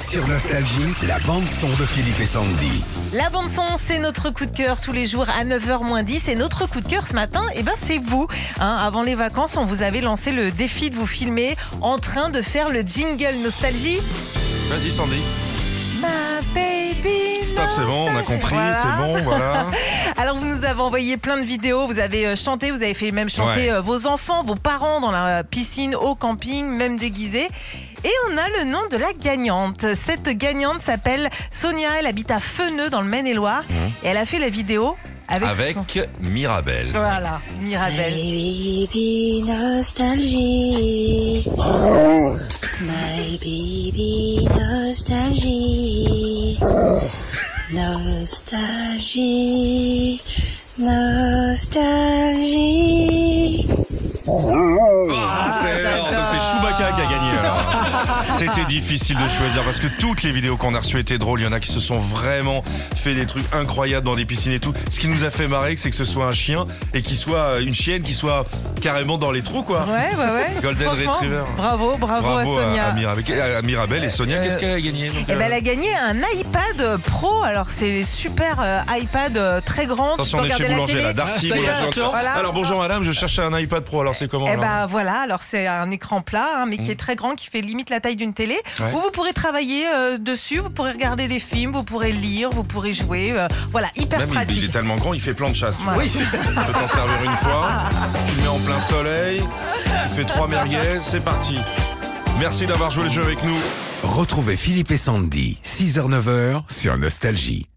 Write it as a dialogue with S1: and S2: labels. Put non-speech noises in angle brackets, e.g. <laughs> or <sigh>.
S1: Sur Nostalgie, la bande-son de Philippe et Sandy.
S2: La bande son, c'est notre coup de cœur tous les jours à 9h moins 10 et notre coup de cœur ce matin, eh ben c'est vous. hein. avant les vacances, on vous avait lancé le défi de vous filmer en train de faire le jingle nostalgie.
S3: Vas-y Sandy.
S2: Ma baby.
S3: Stop, c'est bon, on a
S2: nostalgie.
S3: compris,
S2: Voilà.
S3: c'est bon,
S2: <laughs>
S3: voilà.
S2: Alors vous nous avez envoyé plein de vidéos, vous avez euh, chanté, vous avez fait même chanter
S3: Ouais.
S2: euh, vos enfants, vos parents dans la piscine, au camping, même déguisés. Et on a le nom de la gagnante. Cette gagnante s'appelle Sonia, elle habite à Feneux dans le Maine-et-Loire et elle a fait la vidéo avec,
S3: Mmh. Avec
S2: son-
S3: Mirabel.
S2: Voilà, Mirabel.
S4: My baby nostalgie. My baby nostalgie. Nostalgie. Nostalgie.
S3: Ah, c'est énorme. Donc c'est Chewbacca qui a gagné
S2: <laughs>
S3: alors. C'était difficile de choisir parce que toutes les vidéos qu'on a reçues étaient drôles. Il y en a qui se sont vraiment fait des trucs incroyables dans des piscines et tout. Ce qui nous a fait marrer, c'est que ce soit un chien et qu'il soit euh, une chienne qui soit carrément dans les trous quoi.
S2: Ouais, ouais, ouais.
S3: <laughs> Golden
S2: Franchement,
S3: Retriever.
S2: Bravo, bravo,
S3: Bravo
S2: à Sonia.
S3: à, Mirabel, à Mirabel et Sonia.
S2: Euh,
S3: Qu'est-ce qu'elle a gagné
S2: Eh
S3: donc,
S2: ben,
S3: euh,
S2: elle a gagné un iPad Pro. Alors, c'est les super euh, iPad euh, très grands. Tu
S3: Attention,
S2: peux
S3: on est
S2: regarder
S3: chez
S2: la
S3: Boulanger,
S2: télé.
S3: là, Darty.
S5: Ah, ça y est,
S3: Boulanger.
S5: attention.
S2: Euh, Voilà.
S3: Alors bonjour madame, je cherche un iPad Pro, alors c'est comment
S2: Eh
S3: alors Mm.
S2: ben voilà, alors c'est un écran plat, hein, mais qui est très grand, qui fait limite la taille d'une télé.
S3: Ouais.
S2: Vous, vous pourrez travailler euh, dessus, vous pourrez regarder des films, vous pourrez lire, vous pourrez jouer. euh, voilà, hyper
S3: Même il, il est
S2: pratique.
S3: tellement grand, il fait plan de chasse. tu
S2: Ouais.
S3: vois. Tu peux t'en servir une fois, tu le mets en plein soleil, tu fais trois merguez, c'est parti. Merci d'avoir joué le jeu avec nous.
S1: Retrouvez Philippe et Sandy, 6h-9h sur Nostalgie.